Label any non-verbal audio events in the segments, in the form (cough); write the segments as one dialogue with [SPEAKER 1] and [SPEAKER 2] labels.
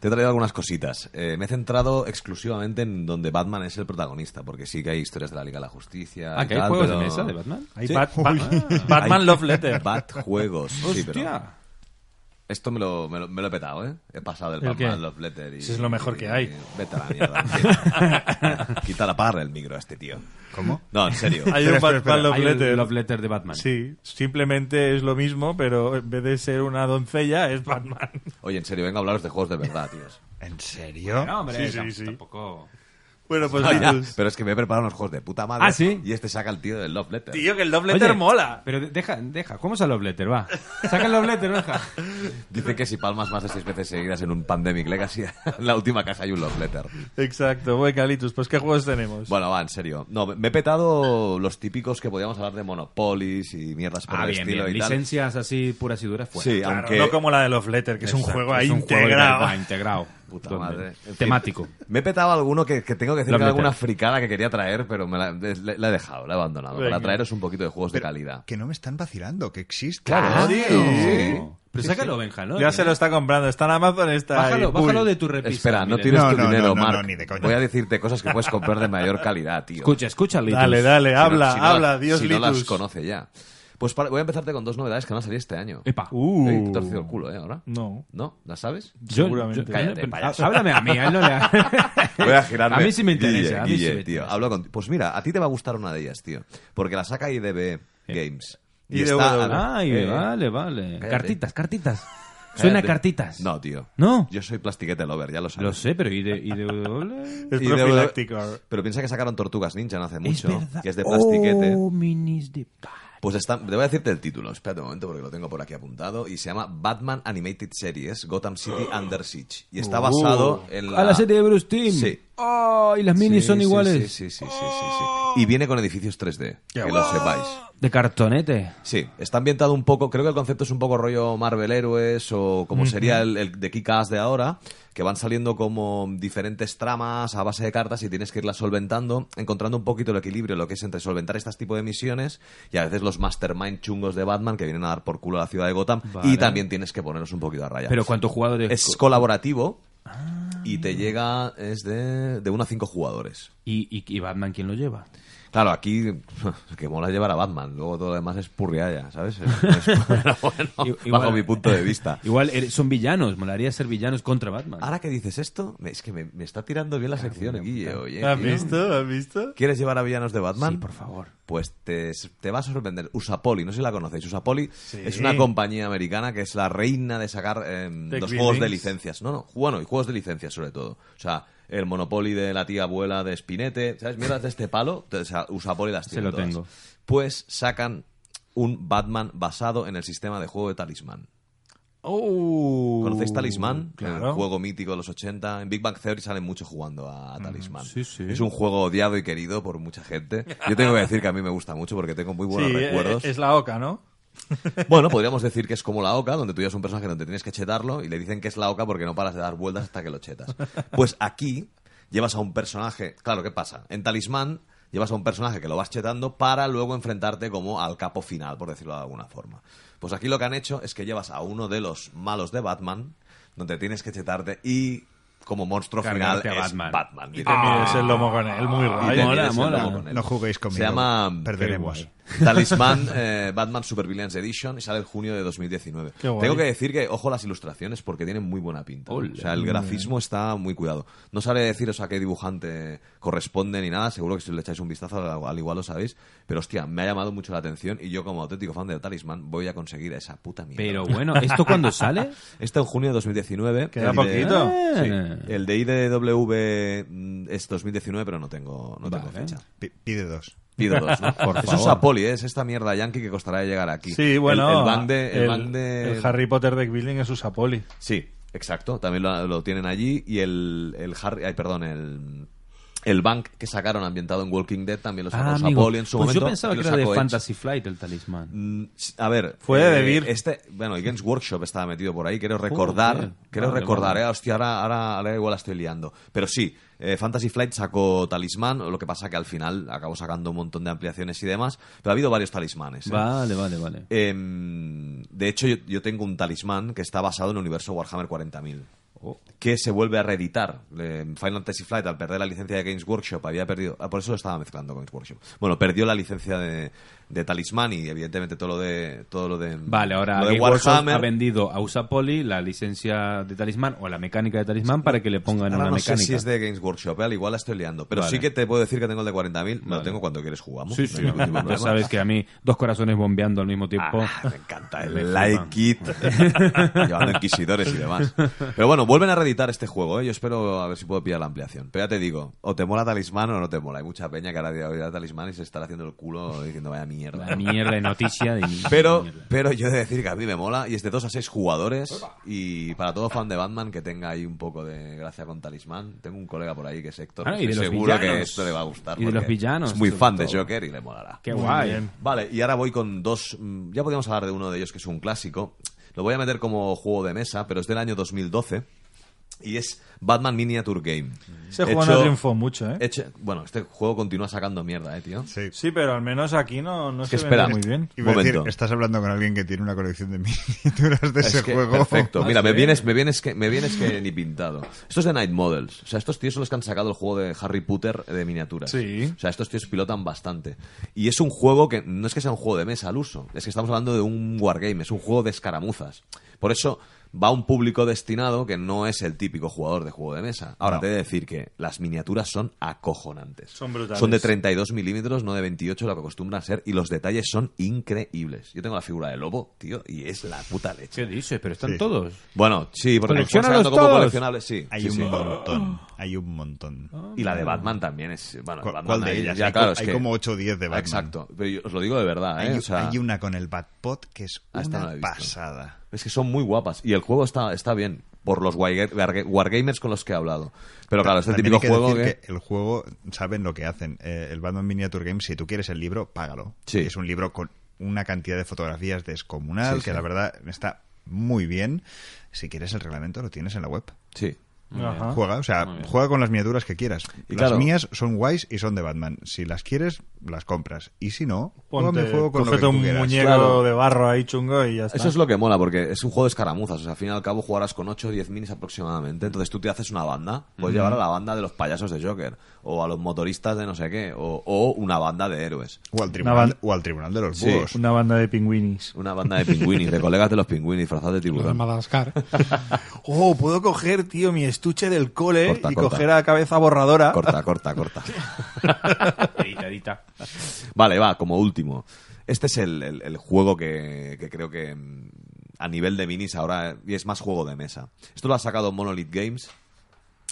[SPEAKER 1] te he traído algunas cositas. Eh, me he centrado exclusivamente en donde Batman es el protagonista, porque sí que hay historias de la Liga de la Justicia.
[SPEAKER 2] Ah,
[SPEAKER 1] y
[SPEAKER 2] que hay
[SPEAKER 1] tal,
[SPEAKER 2] juegos
[SPEAKER 1] pero-
[SPEAKER 2] de mesa de Batman.
[SPEAKER 3] Hay
[SPEAKER 1] Sí.
[SPEAKER 3] Bat- Ba- Batman
[SPEAKER 1] Hay
[SPEAKER 3] Love Letter.
[SPEAKER 1] (laughs) Bat juegos. sí, pero
[SPEAKER 2] Hostia.
[SPEAKER 1] esto me lo, me, lo, me lo he petado, ¿eh? He pasado el
[SPEAKER 3] ¿El qué?
[SPEAKER 1] Batman Love Letter. Y,
[SPEAKER 3] Eso es lo mejor
[SPEAKER 1] y-
[SPEAKER 3] que hay.
[SPEAKER 1] Vete a la
[SPEAKER 3] (laughs)
[SPEAKER 1] mierda. tío. (laughs) Quita la parra el micro a este tío.
[SPEAKER 4] ¿Cómo?
[SPEAKER 1] No, en serio.
[SPEAKER 3] Hay
[SPEAKER 4] Espera,
[SPEAKER 3] un
[SPEAKER 4] espera,
[SPEAKER 3] Batman
[SPEAKER 4] espera.
[SPEAKER 3] Love
[SPEAKER 2] Hay un
[SPEAKER 3] Letter.
[SPEAKER 2] Love Letter de Batman.
[SPEAKER 3] Sí, simplemente es lo mismo, pero en vez de ser una doncella, es Batman.
[SPEAKER 1] Oye, en serio, venga a hablaros de juegos de verdad, tíos.
[SPEAKER 4] ¿En serio?
[SPEAKER 2] No, hombre,
[SPEAKER 3] Sí, sí,
[SPEAKER 2] tam-
[SPEAKER 3] sí.
[SPEAKER 2] tampoco.
[SPEAKER 3] Bueno, pues
[SPEAKER 1] Ah, ya,
[SPEAKER 3] Litus.
[SPEAKER 1] pero es que me he preparado unos juegos de puta madre.
[SPEAKER 2] Ah, ¿sí?
[SPEAKER 1] Y este saca el tío del Love Letter.
[SPEAKER 3] Tío, que el Love
[SPEAKER 2] Oye,
[SPEAKER 3] Letter mola.
[SPEAKER 2] Pero de- deja, deja, ¿cómo es el Love Letter? Va. Saca el Love
[SPEAKER 1] (laughs)
[SPEAKER 2] Letter, deja.
[SPEAKER 1] Dice que si palmas más de seis veces seguidas en un Pandemic Legacy, (laughs) en la última casa hay un Love Letter.
[SPEAKER 3] Exacto, bueno, Litus, pues ¿qué juegos tenemos?
[SPEAKER 1] Bueno, va, en serio. No, me he petado los típicos que podíamos hablar de Monopolis y mierdas por
[SPEAKER 2] Ah,
[SPEAKER 1] el
[SPEAKER 2] bien,
[SPEAKER 1] estilo
[SPEAKER 2] bien.
[SPEAKER 1] y tal. Pues,
[SPEAKER 2] Licencias así puras y duras fuera.
[SPEAKER 1] Sí,
[SPEAKER 3] Claro,
[SPEAKER 1] aunque...
[SPEAKER 3] no como la de Love Letter, que es un
[SPEAKER 2] Exacto,
[SPEAKER 3] juego ahí
[SPEAKER 2] es un juego de
[SPEAKER 3] integrado.
[SPEAKER 2] verdad, integrado.
[SPEAKER 1] Puta
[SPEAKER 2] Donde-
[SPEAKER 1] madre. En fin.
[SPEAKER 2] (laughs) Temático.
[SPEAKER 1] Me he petado alguno que, que tengo que decir
[SPEAKER 2] Love
[SPEAKER 1] que era
[SPEAKER 2] letter.
[SPEAKER 1] alguna fricada que quería traer, pero me la, de- la- la he dejado, la he abandonado.
[SPEAKER 3] Venga.
[SPEAKER 1] Para traeros un poquito de juegos de calidad. Ah,
[SPEAKER 4] Que no me están vacilando, que existe.
[SPEAKER 1] Claro,
[SPEAKER 3] tío.
[SPEAKER 2] Tío. Pero sácalo, Benja, ¿no?
[SPEAKER 3] ya se lo está comprando, está en Amazon, está
[SPEAKER 2] Bájalo,
[SPEAKER 3] ahí. Uy.
[SPEAKER 2] bájalo de tu repisa.
[SPEAKER 1] Espera, no
[SPEAKER 2] Mira,
[SPEAKER 1] tienes
[SPEAKER 4] No,
[SPEAKER 1] tu
[SPEAKER 4] no, no,
[SPEAKER 1] dinero,
[SPEAKER 4] no, no,
[SPEAKER 1] Marc.
[SPEAKER 4] ni de coña.
[SPEAKER 1] Voy a decirte cosas que puedes comprar de mayor calidad, tío.
[SPEAKER 2] Escucha, escucha, Litus.
[SPEAKER 3] Dale, dale,
[SPEAKER 1] Si no-
[SPEAKER 3] habla,
[SPEAKER 1] si no la-
[SPEAKER 3] habla, Dios
[SPEAKER 1] si no
[SPEAKER 3] Litus.
[SPEAKER 1] las conoce ya. Pues para- voy a empezarte con dos novedades que van a salir este año.
[SPEAKER 2] Epa.
[SPEAKER 3] Uh.
[SPEAKER 1] Ey, te has torcido el culo, ¿eh? Ahora.
[SPEAKER 3] No.
[SPEAKER 1] ¿No? ¿La sabes?
[SPEAKER 2] Yo-
[SPEAKER 3] Seguramente.
[SPEAKER 2] yo-
[SPEAKER 1] Cállate,
[SPEAKER 2] pero- ah,
[SPEAKER 1] payaso.
[SPEAKER 2] háblame a mí, a él no le
[SPEAKER 1] (laughs) Voy a girarme.
[SPEAKER 2] A mí sí me interesa.
[SPEAKER 1] Guille,
[SPEAKER 2] a mí sí
[SPEAKER 1] Guille,
[SPEAKER 2] me interesa.
[SPEAKER 1] tío. Hablo con... Pues mira, a ti te va a gustar una de ellas, tío. Porque la saca IDB Games.
[SPEAKER 3] IDW.
[SPEAKER 2] Ay,
[SPEAKER 1] eh,
[SPEAKER 2] vale, vale.
[SPEAKER 1] Cállate.
[SPEAKER 2] Cartitas, cartitas.
[SPEAKER 1] cállate.
[SPEAKER 2] Suena a cartitas.
[SPEAKER 1] No, tío.
[SPEAKER 2] ¿No?
[SPEAKER 1] Yo soy plastiquete lover, ya lo sabes.
[SPEAKER 2] Lo sé, pero ¿y de, y
[SPEAKER 1] (laughs)
[SPEAKER 2] de doble?
[SPEAKER 3] Es
[SPEAKER 1] IDW
[SPEAKER 3] profiláctico.
[SPEAKER 1] Pero piensa que sacaron Tortugas Ninja no hace mucho.
[SPEAKER 2] verdad.
[SPEAKER 1] Que es de plastiquete.
[SPEAKER 2] Oh, minis de...
[SPEAKER 1] Pues está, te voy a decirte el título, espérate un momento porque lo tengo por aquí apuntado, y se llama Batman Animated Series Gotham City Under Siege. Y está basado en la...
[SPEAKER 2] A la serie Ah, de Bruce Timm.
[SPEAKER 1] Sí.
[SPEAKER 2] Oh, y las
[SPEAKER 1] Sí,
[SPEAKER 2] minis son
[SPEAKER 1] sí,
[SPEAKER 2] iguales.
[SPEAKER 1] Sí, sí, sí, sí, sí, sí. Y viene con edificios 3D, que lo sepáis.
[SPEAKER 2] De cartonete.
[SPEAKER 1] Sí, está ambientado un poco, creo que el concepto es un poco rollo Marvel Héroes o como sería el, el de Kick-Ass de ahora, que van saliendo como diferentes tramas a base de cartas y tienes que irlas solventando, encontrando un poquito el equilibrio, lo que es entre solventar este tipo de misiones y a veces los mastermind chungos de Batman que vienen a dar por culo a la ciudad de Gotham
[SPEAKER 2] Vale.
[SPEAKER 1] y también tienes que ponerlos un poquito a raya.
[SPEAKER 2] Pero Ah. ¿cuántos jugadores?
[SPEAKER 1] es colaborativo y te llega, es de, de 1 a 5 jugadores.
[SPEAKER 2] ¿Y, y, y Batman quién
[SPEAKER 1] (laughs)
[SPEAKER 2] lo lleva?
[SPEAKER 1] Claro, aquí (laughs) que mola llevar a Batman, luego todo lo demás es purrialla, ¿sabes? Es- (laughs) es- pero bueno,
[SPEAKER 2] I-
[SPEAKER 1] bajo
[SPEAKER 2] igual-
[SPEAKER 1] mi punto de
[SPEAKER 2] (laughs)
[SPEAKER 1] vista.
[SPEAKER 2] Igual eh, son villanos. Molaría ser villanos contra Batman.
[SPEAKER 1] Ahora que dices esto, me- es que me, me está tirando bien la sección, Guille, oye.
[SPEAKER 3] ¿Has
[SPEAKER 1] tío.
[SPEAKER 3] visto? ¿Has visto?
[SPEAKER 1] ¿Quieres llevar a villanos de Batman?
[SPEAKER 2] Sí, por favor.
[SPEAKER 1] Pues te, te va a sorprender. Usapoli, no sé si la conocéis. Usapoli
[SPEAKER 3] Sí.
[SPEAKER 1] es una compañía americana que es la reina de sacar eh,
[SPEAKER 3] Tech
[SPEAKER 1] los juegos de
[SPEAKER 3] buildings.
[SPEAKER 1] licencias. No, no, ju- bueno, y juegos de licencias sobre todo. O sea, el Monopoly de la tía abuela de Spinete, ¿sabes? Mierdas de este palo, o sea, Usapoli las
[SPEAKER 2] Se
[SPEAKER 1] tiene
[SPEAKER 2] lo
[SPEAKER 1] todas.
[SPEAKER 2] tengo.
[SPEAKER 1] Pues sacan un Batman basado en el sistema de juego de Talismán.
[SPEAKER 2] Oh.
[SPEAKER 1] ¿Conocéis Talismán?
[SPEAKER 3] claro.
[SPEAKER 1] El juego mítico de los 80. En Big Bang Theory salen mucho jugando a, a
[SPEAKER 3] Mm,
[SPEAKER 1] Talismán.
[SPEAKER 2] sí, sí.
[SPEAKER 1] Es un juego odiado y querido por
[SPEAKER 3] (laughs)
[SPEAKER 1] mucha gente. Yo tengo que decir que a mí me gusta mucho porque tengo muy buenos
[SPEAKER 3] sí, eh,
[SPEAKER 1] recuerdos.
[SPEAKER 3] es la Oca, ¿no?
[SPEAKER 1] Bueno, podríamos decir que es como la oca, donde tú llevas un personaje donde tienes que chetarlo y le dicen que es la oca porque no paras de dar vueltas hasta que lo chetas. Pues aquí llevas a un personaje. Claro, ¿qué pasa? En Talismán llevas a un personaje que lo vas chetando para luego enfrentarte como al capo final, por decirlo de alguna forma. Pues aquí lo que han hecho es que llevas a uno de los malos de Batman, donde tienes que chetarte y como monstruo
[SPEAKER 2] Cargarte
[SPEAKER 1] final
[SPEAKER 2] a
[SPEAKER 1] es
[SPEAKER 2] Batman.
[SPEAKER 1] Batman.
[SPEAKER 3] Y te mides el lomo con él, muy
[SPEAKER 1] Y
[SPEAKER 3] guay.
[SPEAKER 1] te
[SPEAKER 2] mola,
[SPEAKER 1] mides el
[SPEAKER 2] mola.
[SPEAKER 1] lomo con él.
[SPEAKER 4] No juguéis conmigo.
[SPEAKER 1] Se llama
[SPEAKER 4] Perderemos.
[SPEAKER 1] Talismán eh, Batman Super Villains Edition y sale el junio de 2019.
[SPEAKER 3] Qué guay.
[SPEAKER 1] Tengo que decir que, ojo, las ilustraciones porque tienen muy buena pinta.
[SPEAKER 2] Ole.
[SPEAKER 1] O sea, el grafismo está muy cuidado. No sabré deciros a qué dibujante corresponde ni nada. Seguro que si le echáis un vistazo, al igual lo sabéis. Pero hostia, me ha llamado mucho la atención y yo, como auténtico fan de Talismán, voy a conseguir esa puta mierda.
[SPEAKER 2] Pero bueno, ¿esto
[SPEAKER 1] (laughs)
[SPEAKER 2] cuándo sale?
[SPEAKER 1] Está en junio de 2019.
[SPEAKER 3] Queda
[SPEAKER 1] El
[SPEAKER 3] poquito.
[SPEAKER 2] Ah.
[SPEAKER 1] De, el de IDW mm, es 2019, pero no tengo, no tengo fecha.
[SPEAKER 4] Pi- Pide dos.
[SPEAKER 1] Pido dos, ¿no?
[SPEAKER 4] Por
[SPEAKER 1] Eso (laughs) es
[SPEAKER 4] favor.
[SPEAKER 1] a poli, ¿eh? es esta mierda yankee que costará de llegar aquí.
[SPEAKER 3] Sí, bueno.
[SPEAKER 1] El, el band de... El,
[SPEAKER 3] el-
[SPEAKER 1] band de-
[SPEAKER 3] el Harry Potter Deck Building es Usapoli.
[SPEAKER 1] Sí, exacto. También lo, lo tienen allí. Y el, el Harry... Ay, perdón, el... El Bank que sacaron ambientado en Walking Dead también lo sacó
[SPEAKER 2] Ah, amigo.
[SPEAKER 1] Sapoli en su
[SPEAKER 2] Pues
[SPEAKER 1] momento.
[SPEAKER 2] yo pensaba
[SPEAKER 1] y
[SPEAKER 2] que
[SPEAKER 1] lo
[SPEAKER 2] era de
[SPEAKER 1] sacó Edge.
[SPEAKER 2] Fantasy Flight el talismán.
[SPEAKER 1] Mm, s- A ver,
[SPEAKER 3] Fue de Vir.
[SPEAKER 1] Este, bueno, y Games Workshop estaba metido por ahí. Quiero recordar,
[SPEAKER 2] bien.
[SPEAKER 1] quiero
[SPEAKER 2] Vale,
[SPEAKER 1] recordar,
[SPEAKER 2] vale.
[SPEAKER 1] eh, hostia, ahora, ahora, ahora igual la estoy liando. Pero sí, eh, Fantasy Flight sacó Talismán, lo que pasa que al final acabó sacando un montón de ampliaciones y demás, pero ha habido varios talismanes. eh.
[SPEAKER 2] Vale, vale, vale.
[SPEAKER 1] Em, de hecho, yo, yo tengo un talismán que está basado en el universo Warhammer 40.000.
[SPEAKER 2] Oh.
[SPEAKER 1] Que se vuelve a reeditar. Eh, Final Fantasy Flight, al perder la licencia de Games Workshop, había perdido. ah, por eso lo estaba mezclando con Games Workshop. Bueno, perdió la licencia de, de Talismán y, evidentemente, todo lo de. Todo lo de
[SPEAKER 2] Vale, ahora
[SPEAKER 1] lo de
[SPEAKER 2] Game Workshop ha
[SPEAKER 1] Warhammer.
[SPEAKER 2] vendido a Usapoli la licencia de talismán o la mecánica de talismán para que le pongan
[SPEAKER 1] Ahora
[SPEAKER 2] una
[SPEAKER 1] no sé
[SPEAKER 2] mecánica.
[SPEAKER 1] si es de Games Workshop, eh, al igual la estoy liando. Pero
[SPEAKER 2] Vale.
[SPEAKER 1] sí que te puedo decir que tengo el de 40.000. Lo
[SPEAKER 2] Vale.
[SPEAKER 1] tengo cuando quieres jugamos.
[SPEAKER 2] Sí,
[SPEAKER 1] no
[SPEAKER 2] sí.
[SPEAKER 1] hay
[SPEAKER 2] (laughs)
[SPEAKER 1] ningún tipo de
[SPEAKER 2] Ya
[SPEAKER 1] problema.
[SPEAKER 2] sabes que a mí dos corazones bombeando al mismo tiempo.
[SPEAKER 1] Ah, me encanta
[SPEAKER 2] Me
[SPEAKER 1] el
[SPEAKER 2] flipa.
[SPEAKER 1] like it. (laughs) Llevando inquisidores y demás. Pero bueno, vuelven a reeditar este juego, ¿eh? Yo espero a ver si puedo pillar la ampliación. Pero ya te digo, o te mola Talismán o no te mola. Hay mucha peña que ahora dirá "Oye, Talismán y se estará haciendo el culo diciendo vaya mierda.
[SPEAKER 2] La mierda de noticia. de-
[SPEAKER 1] (laughs) Pero,
[SPEAKER 2] mierda.
[SPEAKER 1] pero yo he de decir que a mí me mola y es de 2 a 6 jugadores y para todo fan de Batman que tenga ahí un poco de gracia con Talismán, tengo un colega por ahí que es Héctor,
[SPEAKER 2] Ah,
[SPEAKER 1] estoy
[SPEAKER 2] y de los
[SPEAKER 1] seguro que
[SPEAKER 2] villanos.
[SPEAKER 1] esto le va a gustar.
[SPEAKER 2] Y de los
[SPEAKER 1] porque
[SPEAKER 2] villanos,
[SPEAKER 1] Es muy
[SPEAKER 2] sobre
[SPEAKER 1] fan de
[SPEAKER 2] todo.
[SPEAKER 1] Joker y le molará.
[SPEAKER 2] Qué
[SPEAKER 3] Muy
[SPEAKER 2] guay.
[SPEAKER 3] bien.
[SPEAKER 1] Vale, y ahora voy con dos. mm, Ya podríamos hablar de uno de ellos que es un clásico. Lo voy a meter como juego de mesa, pero es del año 2012. Y es Batman Miniature Game.
[SPEAKER 3] Ese juego no
[SPEAKER 1] Hecho-
[SPEAKER 3] triunfó mucho, ¿eh?
[SPEAKER 1] hecho- bueno, este juego continúa sacando mierda, eh, tío.
[SPEAKER 4] Sí.
[SPEAKER 3] Sí, pero al menos aquí no, no
[SPEAKER 1] Es que
[SPEAKER 3] se
[SPEAKER 1] espera.
[SPEAKER 3] vende muy bien.
[SPEAKER 4] Iba a decir,
[SPEAKER 1] Momento.
[SPEAKER 4] estás hablando con alguien que tiene una colección de (laughs) miniaturas de
[SPEAKER 1] Es
[SPEAKER 4] ese
[SPEAKER 1] que-
[SPEAKER 4] juego. (laughs)
[SPEAKER 1] Perfecto. Mira, me
[SPEAKER 2] sí.
[SPEAKER 1] vienes, me vienes que, me vienes que ni pintado. Esto es de Night Models. O sea, estos tíos son los que han sacado el juego de Harry Potter eh, de miniaturas.
[SPEAKER 3] Sí.
[SPEAKER 1] O sea, estos tíos pilotan bastante. Y es un juego que no es que sea un juego de mesa al uso, es que estamos hablando de un wargame, es un juego de escaramuzas. Por eso va a un público destinado que no es el típico jugador de juego de mesa. Ahora, te he de decir que las miniaturas son acojonantes.
[SPEAKER 3] Son brutales.
[SPEAKER 1] Son de 32 milímetros, no de 28, lo que acostumbran a ser, y los detalles son increíbles. Yo tengo la figura de lobo, tío, y es la puta leche.
[SPEAKER 2] ¿Qué dices? Pero están
[SPEAKER 4] Sí.
[SPEAKER 2] todos.
[SPEAKER 1] Bueno, sí, porque nos están
[SPEAKER 2] Colecciónalos
[SPEAKER 1] sacando como
[SPEAKER 2] todos.
[SPEAKER 1] coleccionables, sí.
[SPEAKER 4] Hay
[SPEAKER 1] sí,
[SPEAKER 4] un
[SPEAKER 1] sí.
[SPEAKER 4] montón.
[SPEAKER 1] (gasps)
[SPEAKER 4] Hay un montón.
[SPEAKER 1] Y la de Batman también es. Bueno,
[SPEAKER 4] ¿Cuál,
[SPEAKER 1] Batman
[SPEAKER 4] cuál de
[SPEAKER 1] ahí ya-
[SPEAKER 4] ellas?
[SPEAKER 1] ya,
[SPEAKER 4] hay,
[SPEAKER 1] claro,
[SPEAKER 4] co-
[SPEAKER 1] es
[SPEAKER 4] hay
[SPEAKER 1] que-
[SPEAKER 4] como 8 o 10 de Batman.
[SPEAKER 1] Exacto, pero yo os lo digo de verdad, ¿eh?
[SPEAKER 4] Hay,
[SPEAKER 1] O sea,
[SPEAKER 4] hay una con el Batpot que es
[SPEAKER 1] Ah, esta no la
[SPEAKER 4] una
[SPEAKER 1] he visto.
[SPEAKER 4] pasada.
[SPEAKER 1] Es que son muy guapas. Y el juego está, está bien. Por los warga- warga- wargamers con los que he hablado. Pero claro, es el
[SPEAKER 4] También
[SPEAKER 1] típico
[SPEAKER 4] hay que
[SPEAKER 1] juego
[SPEAKER 4] decir
[SPEAKER 1] que.
[SPEAKER 4] que el juego saben lo que hacen. Eh, el Batman Miniature Game, si tú quieres el libro, págalo.
[SPEAKER 1] Sí.
[SPEAKER 4] Es un libro con una cantidad de fotografías descomunal,
[SPEAKER 1] Sí,
[SPEAKER 4] que
[SPEAKER 1] sí.
[SPEAKER 4] la verdad está muy bien. Si quieres el reglamento, lo tienes en la web.
[SPEAKER 1] Sí.
[SPEAKER 3] Ajá.
[SPEAKER 4] Juega, o sea, juega con las miniaturas que quieras.
[SPEAKER 1] Ah, Y
[SPEAKER 4] las
[SPEAKER 1] claro-
[SPEAKER 4] mías son guays y son de Batman. Si las quieres, las compras. Y si no, juega mi
[SPEAKER 3] Ponte,
[SPEAKER 4] juego con lo que
[SPEAKER 3] cógete
[SPEAKER 4] tú
[SPEAKER 3] un
[SPEAKER 4] quieras.
[SPEAKER 3] muñeco
[SPEAKER 1] Claro.
[SPEAKER 3] de barro ahí chungo y ya está.
[SPEAKER 1] Eso es lo que mola, porque es un juego de escaramuzas. O sea, al fin y al cabo jugarás con 8 o 10 minis aproximadamente. Entonces tú te haces una banda. Puedes llevar a la banda de los payasos de Joker. O a los motoristas de no sé qué. O, o una banda de héroes.
[SPEAKER 4] O al,
[SPEAKER 3] Una
[SPEAKER 4] tribunal,
[SPEAKER 3] ban-
[SPEAKER 4] o al tribunal de los
[SPEAKER 1] Sí.
[SPEAKER 4] búhos.
[SPEAKER 3] Una banda de pingüinis.
[SPEAKER 1] Una banda de pingüinis, de colegas de los pingüinis disfrazados de
[SPEAKER 5] Los de
[SPEAKER 1] tiburón.
[SPEAKER 5] Madagascar.
[SPEAKER 3] Oh, puedo coger, tío, mi estuche del cole
[SPEAKER 1] Corta,
[SPEAKER 3] y
[SPEAKER 1] corta.
[SPEAKER 3] coger a cabeza borradora.
[SPEAKER 1] Corta, corta, corta.
[SPEAKER 2] Edita, edita.
[SPEAKER 1] Vale, va, como último. Este es el, el- el juego que, que creo que mm, a nivel de minis ahora y es más juego de mesa. Esto lo ha sacado Monolith Games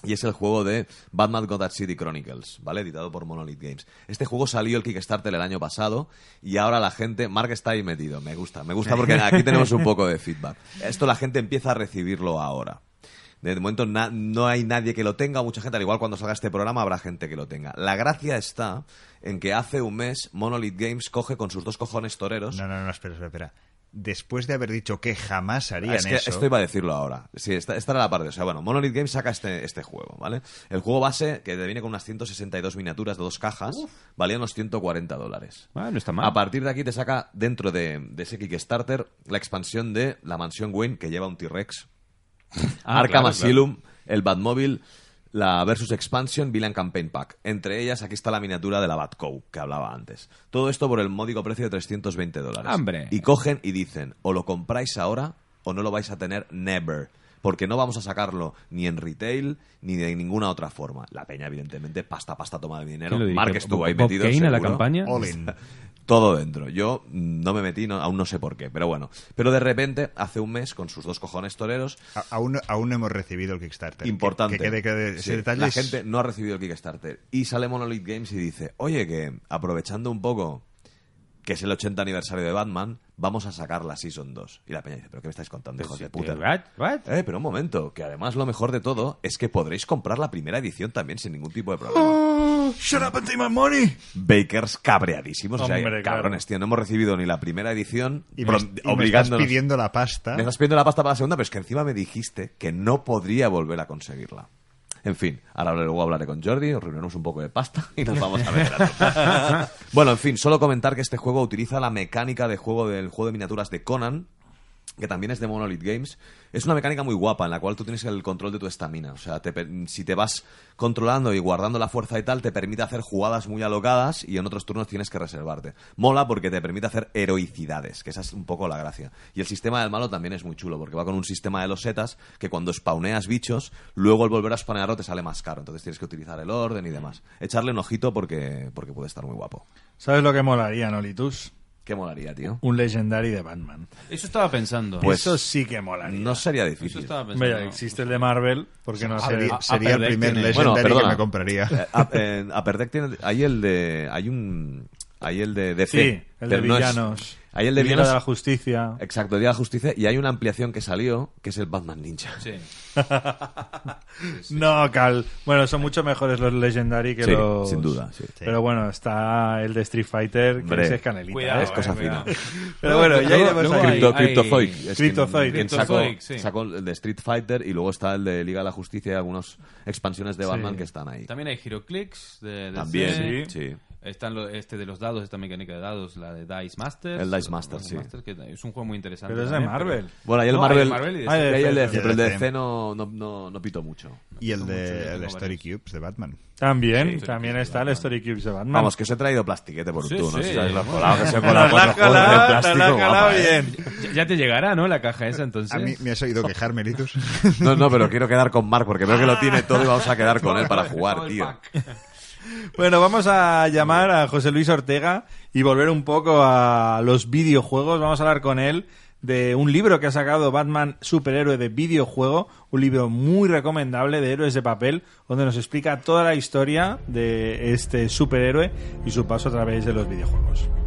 [SPEAKER 1] y es el juego de Batman Gotham City Chronicles, ¿vale? Editado por Monolith Games. Este juego salió el Kickstarter el año pasado y ahora la gente... Mark está ahí metido, me gusta, me gusta porque aquí tenemos un poco de feedback. Esto la gente empieza a recibirlo ahora. De momento na- no hay nadie que lo tenga, mucha gente, al igual cuando salga este programa habrá gente que lo tenga. La gracia está en que hace un mes Monolith Games coge con sus dos cojones toreros...
[SPEAKER 4] No, no, no, espera, espera, espera. Después de haber dicho que jamás harían
[SPEAKER 1] es que
[SPEAKER 4] eso.
[SPEAKER 1] Esto iba a decirlo ahora. Sí, esta, esta era la parte. O sea, bueno, Monolith Games saca este, este juego, ¿vale? El juego base, que te viene con unas 162 miniaturas de dos cajas, valía unos 140 dólares.
[SPEAKER 2] Ah, no está mal.
[SPEAKER 1] A partir de aquí te saca dentro de, de ese Kickstarter la expansión de la mansión Wayne, que lleva un T-Rex,
[SPEAKER 2] Ah,
[SPEAKER 1] Arkham
[SPEAKER 2] claro,
[SPEAKER 1] Asylum, el Batmóvil, la Versus Expansion, Villain Campaign Pack. Entre ellas, aquí está la miniatura de la Batcow, que hablaba antes. Todo esto por el módico precio de 320 dólares.
[SPEAKER 2] ¡Hombre!
[SPEAKER 1] Y cogen y dicen, o lo compráis ahora o no lo vais a tener never. Porque no vamos a sacarlo ni en retail ni de ninguna otra forma. La peña, evidentemente, pasta, pasta, toma de dinero.
[SPEAKER 2] ¿Quién lo dirige?
[SPEAKER 1] Mark estuvo ahí
[SPEAKER 2] Bob
[SPEAKER 1] metido.
[SPEAKER 2] Kane a la
[SPEAKER 1] seguro
[SPEAKER 2] campaña.
[SPEAKER 1] (laughs)
[SPEAKER 4] All in.
[SPEAKER 1] todo dentro. Yo mm, no me metí, no- aún no sé por qué, pero bueno. Pero de repente, hace un mes, con sus dos cojones toreros,
[SPEAKER 4] A- aún, aún no hemos recibido el Kickstarter.
[SPEAKER 1] importante.
[SPEAKER 4] Que, que quede, que de-
[SPEAKER 1] Sí,
[SPEAKER 4] ese detalle.
[SPEAKER 1] La
[SPEAKER 4] es-
[SPEAKER 1] gente no ha recibido el Kickstarter. Y sale Monolith Games y dice, oye, que aprovechando un poco que es el 80 aniversario de Batman, vamos a sacar la Season 2. Y la peña dice, ¿pero qué me estáis
[SPEAKER 3] Pues
[SPEAKER 1] contando, hijos de puta?
[SPEAKER 2] What? What?
[SPEAKER 1] Eh, pero un momento, que además lo mejor de todo es que podréis comprar la primera edición también sin ningún tipo de
[SPEAKER 4] (laughs)
[SPEAKER 1] problema.
[SPEAKER 3] Shut up and take my money.
[SPEAKER 1] Bakers cabreadísimos, o sea,
[SPEAKER 3] Hombre, claro.
[SPEAKER 1] cabrones, tío, no hemos recibido ni la primera edición,
[SPEAKER 4] Y me,
[SPEAKER 1] pro-
[SPEAKER 4] y me estás
[SPEAKER 1] obligándonos.
[SPEAKER 4] pidiendo la pasta.
[SPEAKER 1] Me estás pidiendo la pasta para la segunda, pero es que encima me dijiste que no podría volver a conseguirla. En fin, ahora luego hablaré con Jordi, nos reuniremos un poco de pasta y nos vamos a ver. bueno, en fin, solo comentar que este juego utiliza la mecánica de juego del juego de miniaturas de Conan, que también es de Monolith Games, es una mecánica muy guapa en la cual tú tienes el control de tu estamina. O sea, te per- si te vas controlando y guardando la fuerza y tal, te permite hacer jugadas muy alocadas y en otros turnos tienes que reservarte. Mola porque te permite hacer heroicidades, que esa es un poco la gracia. Y el sistema del malo también es muy chulo porque va con un sistema de losetas que cuando spawneas bichos, luego al volver a spawnearlo te sale más caro. Entonces tienes que utilizar el orden y demás. Echarle un ojito porque, porque puede estar muy guapo.
[SPEAKER 3] ¿Sabes lo que molaría, Nolitus?
[SPEAKER 1] ¿Qué molaría, tío?
[SPEAKER 3] Un legendary de Batman.
[SPEAKER 2] Eso estaba pensando.
[SPEAKER 1] Pues-
[SPEAKER 3] Eso sí que molaría.
[SPEAKER 1] No pues sería
[SPEAKER 2] Eso
[SPEAKER 1] difícil.
[SPEAKER 2] estaba pensando.
[SPEAKER 3] Mira, existe el de Marvel, porque no hacer
[SPEAKER 4] Sería,
[SPEAKER 2] a-
[SPEAKER 4] sería el
[SPEAKER 2] Upper Deck
[SPEAKER 4] primer
[SPEAKER 2] tiene-
[SPEAKER 4] Legendary que
[SPEAKER 1] perdona.
[SPEAKER 4] me compraría.
[SPEAKER 1] Eh, Up- eh, Upper Deck tiene. Hay el de. Hay un. Hay el de. de
[SPEAKER 3] Sí,
[SPEAKER 1] fe,
[SPEAKER 3] el de
[SPEAKER 1] pero no es-
[SPEAKER 3] villanos.
[SPEAKER 1] hay el de
[SPEAKER 3] Liga
[SPEAKER 1] villanos.
[SPEAKER 3] de la justicia.
[SPEAKER 1] Exacto, Día de la Justicia. Y hay una ampliación que salió que es el Batman Ninja.
[SPEAKER 2] Sí.
[SPEAKER 3] No, Cal. Bueno, son mucho mejores los Legendary que
[SPEAKER 1] Sí,
[SPEAKER 3] los.
[SPEAKER 1] sin duda, sí.
[SPEAKER 3] Pero bueno, está el de Street Fighter, que
[SPEAKER 1] Hombre.
[SPEAKER 3] ese es canelita.
[SPEAKER 2] Cuidado,
[SPEAKER 3] ¿eh?
[SPEAKER 1] es cosa
[SPEAKER 2] eh,
[SPEAKER 1] fina.
[SPEAKER 2] cuidado.
[SPEAKER 3] Pero bueno, ya
[SPEAKER 2] Luego-
[SPEAKER 3] iremos
[SPEAKER 2] luego
[SPEAKER 3] ahí.
[SPEAKER 2] hay-
[SPEAKER 1] Crypto,
[SPEAKER 2] hay-
[SPEAKER 1] Cryptozoic. es quien-
[SPEAKER 3] Cryptozoic.
[SPEAKER 1] quien sacó,
[SPEAKER 2] Cryptozoic, sí.
[SPEAKER 1] sacó el de Street Fighter y luego está el de Liga de la Justicia y algunas expansiones de Batman
[SPEAKER 3] Sí.
[SPEAKER 1] que están ahí.
[SPEAKER 2] También hay giroclicks de, de
[SPEAKER 1] También,
[SPEAKER 2] C.
[SPEAKER 1] sí.
[SPEAKER 2] Están lo- este de los dados, esta mecánica de dados, la de Dice Masters.
[SPEAKER 1] El Dice Masters, sí.
[SPEAKER 2] que es un juego muy interesante.
[SPEAKER 3] Pero es de
[SPEAKER 2] también,
[SPEAKER 3] Marvel.
[SPEAKER 2] pero-
[SPEAKER 1] Bueno, ahí el
[SPEAKER 2] No,
[SPEAKER 1] Marvel.
[SPEAKER 2] hay Marvel y
[SPEAKER 1] Ah,
[SPEAKER 2] DC.
[SPEAKER 1] el de- el de-
[SPEAKER 4] Y el
[SPEAKER 1] pero el de
[SPEAKER 4] DC.
[SPEAKER 1] DC no, no, no, no pito mucho.
[SPEAKER 4] y el
[SPEAKER 2] mucho, yo
[SPEAKER 4] de el
[SPEAKER 2] tengo
[SPEAKER 4] Story
[SPEAKER 2] varios.
[SPEAKER 4] Cubes de Batman.
[SPEAKER 3] También,
[SPEAKER 2] Sí.
[SPEAKER 3] también
[SPEAKER 2] Story
[SPEAKER 3] está
[SPEAKER 2] Cubes de
[SPEAKER 3] el Story Cubes de Batman.
[SPEAKER 1] Vamos, que os he traído plastiquete por
[SPEAKER 2] Sí,
[SPEAKER 1] tú, no
[SPEAKER 2] sí.
[SPEAKER 1] sé si sabéis lo
[SPEAKER 2] Bueno.
[SPEAKER 1] colado que se ha
[SPEAKER 3] Nos la
[SPEAKER 1] colado
[SPEAKER 3] has
[SPEAKER 1] con los juegos de
[SPEAKER 3] calado, nos la
[SPEAKER 1] plástico,
[SPEAKER 3] has
[SPEAKER 1] guapa,
[SPEAKER 3] calado
[SPEAKER 1] ¿eh?
[SPEAKER 3] bien.
[SPEAKER 2] Ya, ya te llegará, ¿no? La caja esa, entonces.
[SPEAKER 4] A mí me
[SPEAKER 1] (laughs)
[SPEAKER 4] has oído quejar, Melitus.
[SPEAKER 1] No, no, pero quiero quedar con Mark porque veo que lo tiene todo y vamos a quedar con él para jugar,
[SPEAKER 2] Todo el
[SPEAKER 1] tío.
[SPEAKER 2] pack.
[SPEAKER 3] Bueno, vamos a llamar a José Luis Ortega y volver un poco a los videojuegos. Vamos a hablar con él de un libro que ha sacado Batman Superhéroe de Videojuego, un libro muy recomendable de héroes de papel, donde nos explica toda la historia de este superhéroe y su paso a través de los videojuegos.